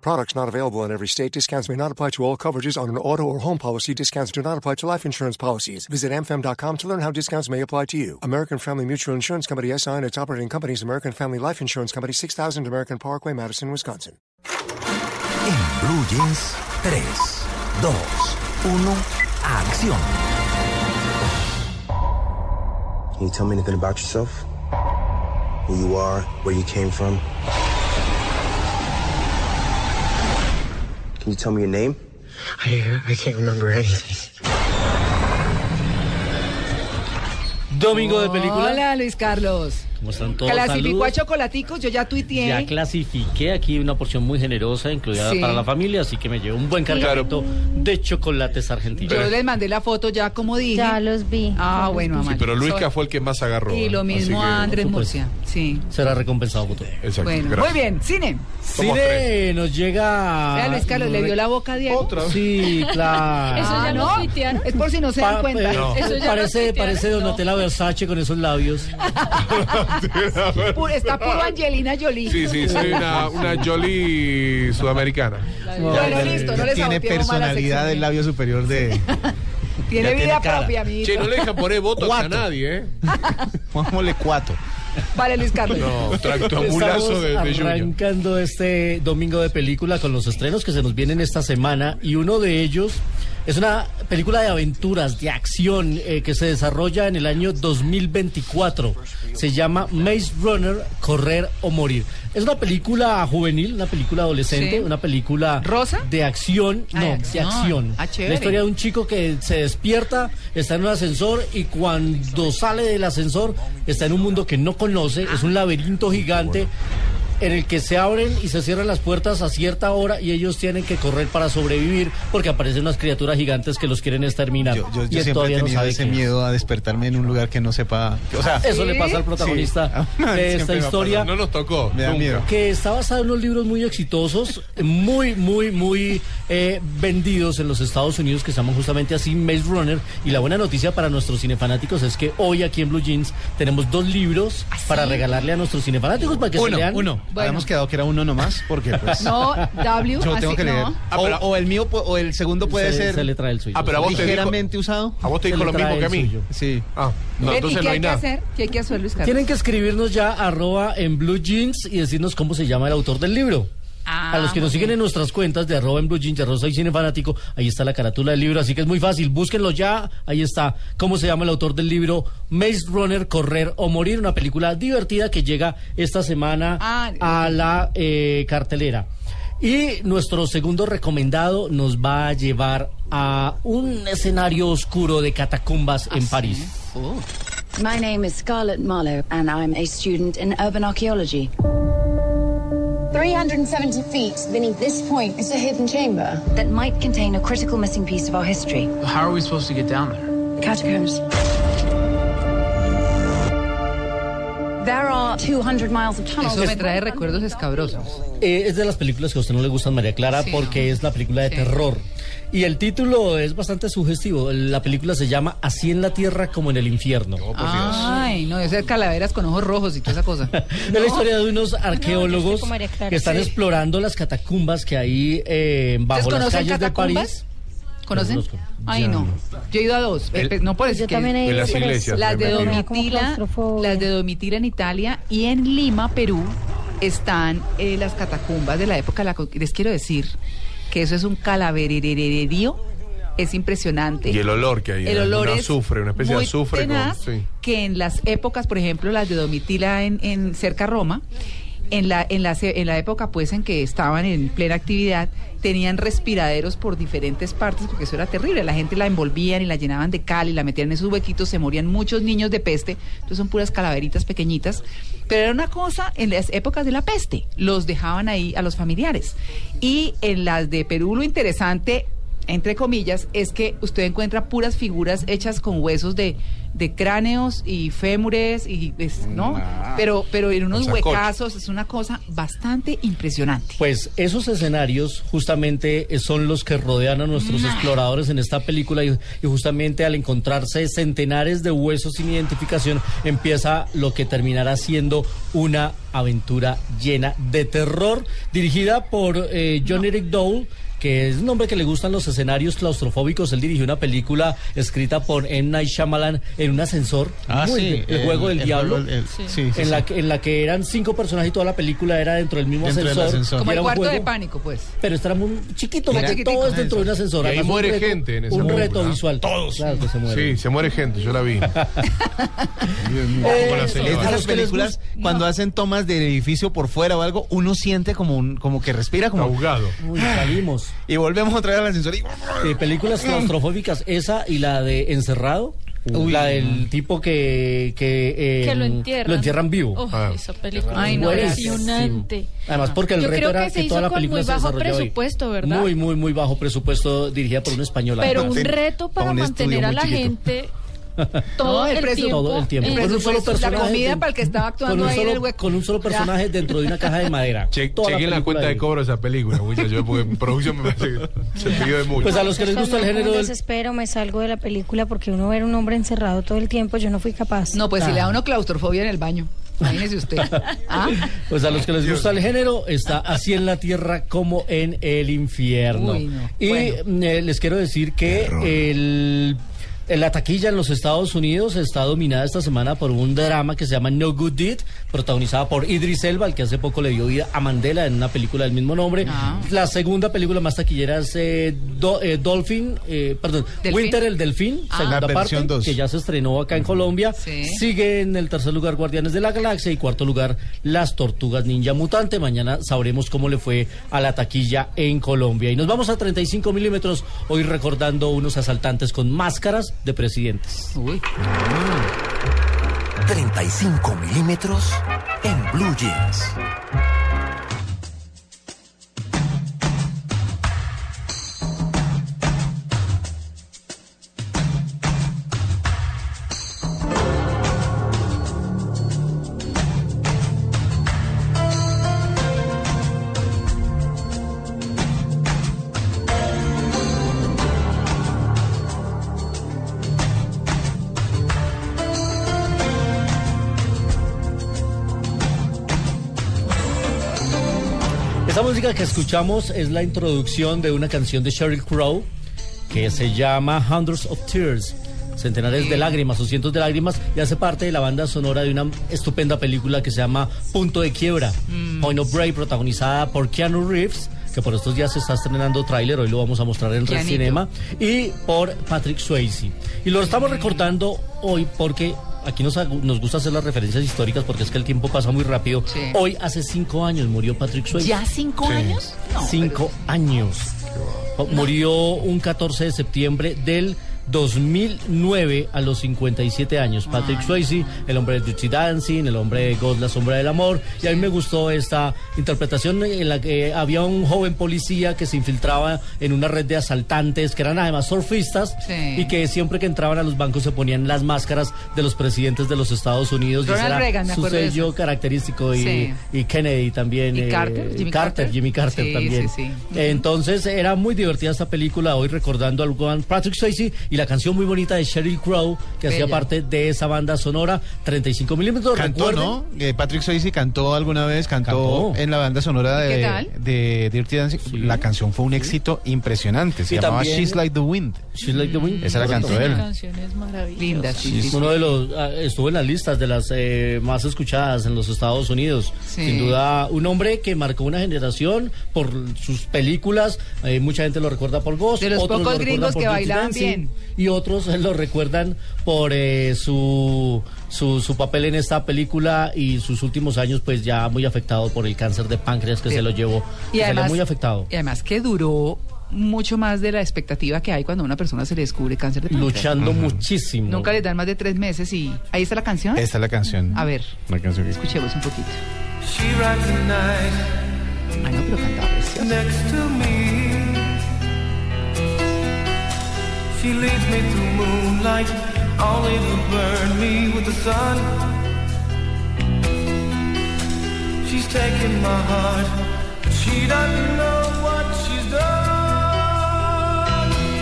Products not available in every state. Discounts may not apply to all coverages on an auto or home policy. Discounts do not apply to life insurance policies. Visit amfam.com to learn how discounts may apply to you. American Family Mutual Insurance Company SI and its operating companies, American Family Life Insurance Company, 6000 American Parkway, Madison, Wisconsin. En Blue Jeans, 3, 2, 1, acción. Can you tell me anything about yourself? Who you are, where you came from? Can you tell me your name? I, I can't remember anything. Domingo de película. Hola Luis Carlos. ¿Cómo están todos? Clasificó a Saludos. chocolaticos, yo ya tuiteé. Ya clasifiqué aquí una porción muy generosa, incluida Sí. para la familia, así que me llevo un buen cargamento de chocolates argentinos. yo les mandé la foto ya como dije. Ya los vi. Ah, bueno, Amalia. Pero Luisca fue el que más agarró. Y ¿eh? lo Así mismo que- a Andrés Por Murcia. supuesto. Sí. Será recompensado por todo. Exacto. Bueno, gracias. muy bien, cine. Somos Cine, nos llega. Vea, Luis Carlos, le vio la boca a Diego. Otra. Sí, claro. Eso ya Ah, lo no. tuitearon. Es por si no se dan Pa- cuenta. eh, No. Eso ya parece, lo parece tuitearon, Donatella Versace con esos labios. Pu- Está puro Angelina Jolie. Sí, sí, soy una, una Jolie sudamericana. Bueno, listo, no les saboteemos más tiene la personalidad sección. del labio superior de Tiene vida cara. propia, amiguito. Che, no le dejan poner votos a Cuatro. nadie, ¿eh? Juanmole Cuato. Vale, Luis Carlos. No, Estamos tractomulazo de, de Junior. arrancando este domingo de película con los estrenos que se nos vienen esta semana y uno de ellos es una película de aventuras, de acción eh, que se desarrolla en el año 2024. Se llama Maze Runner, Correr o Morir. Es una película juvenil, una película adolescente, Sí. una película ¿Rosa? de acción, Ah, no, de de acción. acción. Ah, chévere. La historia de un chico que se despierta, está en un ascensor y cuando sale del ascensor está en un mundo que no conoce, es un Ah, laberinto gigante en el que se abren y se cierran las puertas a cierta hora y ellos tienen que correr para sobrevivir porque aparecen unas criaturas gigantes que los quieren exterminar. Yo, y yo- yo él siempre he todavía no tenido sabe ese qué es. miedo a despertarme en un lugar que no sepa. O sea, Eso le pasa al protagonista Sí. de esta Siempre me ha historia. No nos tocó. Me da nunca. miedo. que está basado en unos libros muy exitosos, muy, muy, muy eh, vendidos en los Estados Unidos, que se llaman justamente así Maze Runner. Y la buena noticia para nuestros cinefanáticos es que hoy aquí en Blue Jeans tenemos dos libros ¿Ah, para regalarle a nuestros cinefanáticos para que se uno, lean. uno. Bueno. Habíamos quedado que era uno nomás, porque pues. No, W. yo así, tengo que leer. No. Ah, o, pero- o el mío po- o el segundo puede se, ser se le trae el suyo. Ah, pero a vos te dijo, ligeramente usado. a vos te Se dijo le lo mismo trae que a el mí. suyo. Sí. Ah, no, Ven, ¿Y entonces qué no hay hay que nada. hacer? ¿Qué hay que hacer, Luis Carlos? Tienen que escribirnos ya arroba en Blue Jeans y decirnos cómo se llama el autor del libro. Ah, a los que nos muy siguen bien. en nuestras cuentas de arroba en Blue Jeans, arroba soy cinefanático, ahí está la carátula del libro, así que es muy fácil, búsquenlo ya, ahí está cómo se llama el autor del libro Maze Runner, Correr o Morir, una película divertida que llega esta semana Ah, a la eh, cartelera. Y nuestro segundo recomendado nos va a llevar a un escenario oscuro de catacumbas Ah, en París. My name is Scarlett Marlowe, and I'm a student in urban archaeology. 370 feet beneath this point is a hidden chamber. That might contain a critical missing piece of our history. How are we supposed to get down there? The catacombs. There are 200 miles of tunnels. Eso me trae recuerdos escabrosos. Eh, es de las películas que a usted no le gustan, María Clara, Sí, porque no. es la película de Sí. terror. Y el título es bastante sugestivo. La película se llama Así en la Tierra como en el Infierno. Ay, no, debe ser calaveras con ojos rojos y toda esa cosa. Es la historia de unos arqueólogos como María Clara, que están sí. explorando las catacumbas que hay eh, bajo las ¿Ustedes conocen calles de catacumbas? París. ¿Conocen? Las conozco. Ay, Ya no. no. Yo he ido a dos. eh, pe- no por eso. Yo también he En ido las a tres. iglesias. Las de Me imagino. Domitila, claustrofobia. las de Domitila en Italia y en Lima, Perú, están eh, las catacumbas de la época. de la conqu- les quiero decir que eso es un calavererío. Es impresionante. Y el olor que hay. El ¿no? olor Un es azufre, una especie muy de azufre. con- tenaz, sí. que en las épocas, por ejemplo, las de Domitila en, en cerca a Roma, en la, en, la, en la época pues en que estaban en plena actividad, tenían respiraderos por diferentes partes, porque eso era terrible. La gente la envolvían y la llenaban de cal y la metían en esos huequitos, se morían muchos niños de peste, entonces son puras calaveritas pequeñitas. Pero era una cosa, en las épocas de la peste, los dejaban ahí a los familiares. Y en las de Perú lo interesante entre comillas, es que usted encuentra puras figuras hechas con huesos de, de cráneos y fémures, y es- ¿no? Ah. pero, pero en unos Un sacocho. huecazos es una cosa bastante impresionante. Pues esos escenarios justamente eh, son los que rodean a nuestros exploradores en esta película y, y justamente al encontrarse centenares de huesos sin identificación empieza lo que terminará siendo una aventura llena de terror dirigida por eh, John Eric Dole que es un hombre que le gustan los escenarios claustrofóbicos. Él dirigió una película escrita por M. Night Shyamalan en un ascensor. Ah, Muy sí, bien. El, el- juego del el diablo. juego del- sí, sí, sí, en, la, sí. que- en la que eran cinco personajes y toda la película era dentro del mismo Dentro del ascensor. ascensor. Como Y el era un cuarto de juego- pánico, pues. pero este era muy chiquito, Era porque chiquitico. todo es dentro de un ascensor. Y ahí además un muere reto- gente en esa Un película, reto ¿no? visual. Todos. Claro que se muere. Sí, se muere gente, yo la vi. Eh, Con la Es señora. de ¿A esas los que les películas, gusta? cuando hacen tomas del edificio por fuera o algo, uno siente como un, como que respira como. Ahogado. Uy, salimos. Y volvemos otra vez al ascensor y. Eh, Mm. películas claustrofóbicas, esa y la de Encerrado. Uy. la del tipo que. Que, eh, que lo entierran. Lo entierran vivo. Uf, Ah. Esa película Oh, Ay, es no, impresionante. Además, porque el Yo reto creo era que se que, toda hizo la con película muy se bajo desarrollaba ahí. presupuesto, ¿verdad? Muy, muy, muy bajo presupuesto, dirigida por un español. Pero además. un reto para Para un estudio mantener a muy la chiquito. gente todo, No, el presu- tiempo, Todo el tiempo. en- Con un solo presupuesto, la personaje comida de- para el que estaba Con actuando un, ahí en el solo, hueco. con un solo personache dentro de una caja de madera. Che- Toda chequen la película cuenta de de él. cobro de esa película, muchachos, yo, porque en producción me parece que se pidió de mucho. Pues a los que les gusta el género Me del desespero, me salgo de la película porque uno ver un hombre encerrado todo el tiempo, yo no fui capaz. No, pues si Ah. le da uno claustrofobia en el baño. Imagínese usted. ¿Ah? Pues a los que les gusta el género, está así en la tierra como en el infierno. Uy, no. Y Bueno. eh, les quiero decir que el, en la taquilla en los Estados Unidos está dominada esta semana por un drama que se llama No Good Deed, protagonizada por Idris Elba, el que hace poco le dio vida a Mandela en una película del mismo nombre. Ah. La segunda película más taquillera es eh, Do- eh, Dolphin, eh, perdón, ¿Delfín? Winter el Delfín, Ah. segunda La parte, versión dos. que ya se estrenó acá en Colombia. Sí. Sigue en el tercer lugar Guardianes de la Galaxia y cuarto lugar Las Tortugas Ninja Mutante. Mañana sabremos cómo le fue a la taquilla en Colombia. Y nos vamos a 35 milímetros, hoy recordando unos asaltantes con máscaras de presidentes. Uy. 35 milímetros en Blue Jeans. Esta música que escuchamos es la introducción de una canción de Sheryl Crow que se llama Hundreds of Tears. Centenares de lágrimas o cientos de lágrimas y hace parte de la banda sonora de una estupenda película que se llama Punto de Quiebra, Mm. Point of Break, protagonizada por Keanu Reeves, que por estos días se está estrenando tráiler, hoy lo vamos a mostrar en Red Keanito. Cinema, y por Patrick Swayze. Y lo estamos recordando hoy porque aquí nos, agu- nos gusta hacer las referencias históricas porque es que el tiempo pasa muy rápido. Sí. Hoy hace cinco años murió Patrick Swayze. ¿Ya cinco Sí. años? No, Cinco años. Murió un 14 de septiembre del 2009 a los 57 años. Ah. Patrick Swayze, el hombre de Dirty Dancing, el hombre de God, la sombra del amor. Y a mí me gustó esta interpretación en la que había un joven policía que se infiltraba en una red de asaltantes que eran además surfistas Sí. y que siempre que entraban a los bancos se ponían las máscaras de los presidentes de los Estados Unidos. y ese Ronald era Reagan, me su acuerdo de sello esas. característico y, Sí. y Kennedy también. ¿Y Carter? ¿Jimmy Carter? Jimmy Eh, Carter Sí, también. sí, sí. Entonces era muy divertida esta película hoy recordando al Juan Patrick Swayze y la canción muy bonita de Sheryl Crow que hacía Bella. parte de esa banda sonora 35 milímetros. Cantó, recuerden, ¿no? Eh, Patrick Swayze cantó alguna vez, cantó, Cantó. en la banda sonora ¿Y qué de, tal? de Dirty Dancing. La canción fue un éxito impresionante. Se Y llamaba también- She's Like the Wind. She's Like the Wind. Esa la Correcto. cantó él. canciones maravillosas. Linda, sí, sí, sí. Uno de los ah, estuvo en las listas de las eh, más escuchadas en los Estados Unidos. Sí. Sin duda, un hombre que marcó una generación por sus películas. Eh, mucha gente lo recuerda por Ghost, De los otros pocos lo recuerdan gringos por que Dirty bailaban Dancing, bien. y otros eh, lo recuerdan por eh, su, su su papel en esta película y sus últimos años, pues ya muy afectado por el cáncer de páncreas que Sí. se lo llevó. que Y salió además, eh, muy afectado. y además que duró mucho más de la expectativa que hay cuando a una persona se le descubre cáncer de páncreas. Luchando muchísimo. Nunca le dan más de tres meses y ahí está la canción. Esta es la canción. A ver, La canción que escuchemos un poquito. She rides the night Ah, no, pero cantaba precioso. next to me. She leads me to moonlight, only to burn me with the sun. She's taking my heart, but she doesn't know what she's done.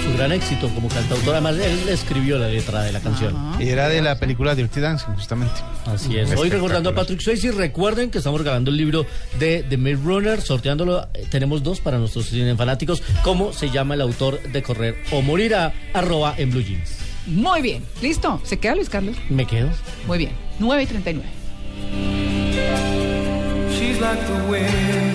Su gran éxito como cantautora, además él escribió la letra de la canción. Y era de la película Dirty Dancing, justamente. Así es. Hoy recordando a Patrick Swayze, recuerden que estamos regalando el libro de The Maid Runner, sorteándolo. eh, Tenemos dos para nuestros cine fanáticos. ¿Cómo se llama el autor de Correr o Morir? A, arroba en Blue Jeans. Muy bien, listo. ¿Se queda Luis Carlos? Me quedo. Muy bien, 9 y 39. She's like the wind